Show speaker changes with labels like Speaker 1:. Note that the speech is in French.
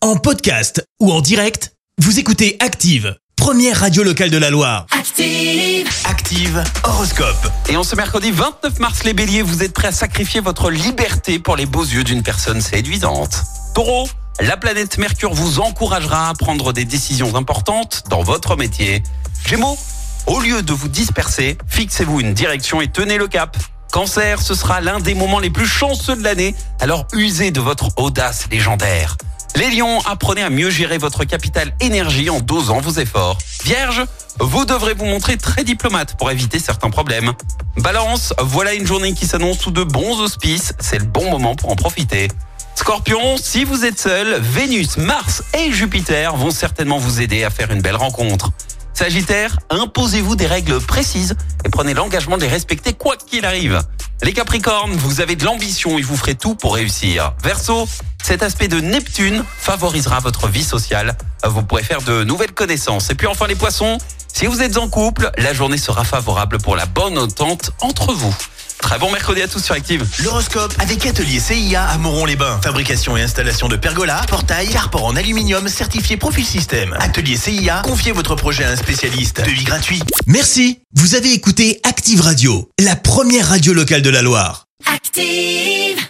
Speaker 1: En podcast ou en direct, vous écoutez Active, première radio locale de la Loire.
Speaker 2: Active.
Speaker 3: Active Horoscope. Et en ce mercredi 29 mars, les béliers, vous êtes prêts à sacrifier votre liberté pour les beaux yeux d'une personne séduisante. Taureau, la planète Mercure vous encouragera à prendre des décisions importantes dans votre métier. Gémeaux, au lieu de vous disperser, fixez-vous une direction et tenez le cap. Cancer, ce sera l'un des moments les plus chanceux de l'année, alors usez de votre audace légendaire. Les lions, apprenez à mieux gérer votre capital énergie en dosant vos efforts. Vierge, vous devrez vous montrer très diplomate pour éviter certains problèmes. Balance, voilà une journée qui s'annonce sous de bons auspices, c'est le bon moment pour en profiter. Scorpion, si vous êtes seul, Vénus, Mars et Jupiter vont certainement vous aider à faire une belle rencontre. Sagittaire, imposez-vous des règles précises et prenez l'engagement de les respecter quoi qu'il arrive. Les Capricornes, vous avez de l'ambition et vous ferez tout pour réussir. Verseau, cet aspect de Neptune favorisera votre vie sociale. Vous pourrez faire de nouvelles connaissances. Et puis enfin les Poissons, si vous êtes en couple, la journée sera favorable pour la bonne entente entre vous. Très bon mercredi à tous sur Active.
Speaker 1: L'horoscope avec atelier CIA à Moron-les-Bains. Fabrication et installation de pergolas, portails, carport en aluminium certifié Profil Système. Atelier CIA, confiez votre projet à un spécialiste. Devis gratuit. Merci. Vous avez écouté Active Radio, la première radio locale de la Loire.
Speaker 2: Active.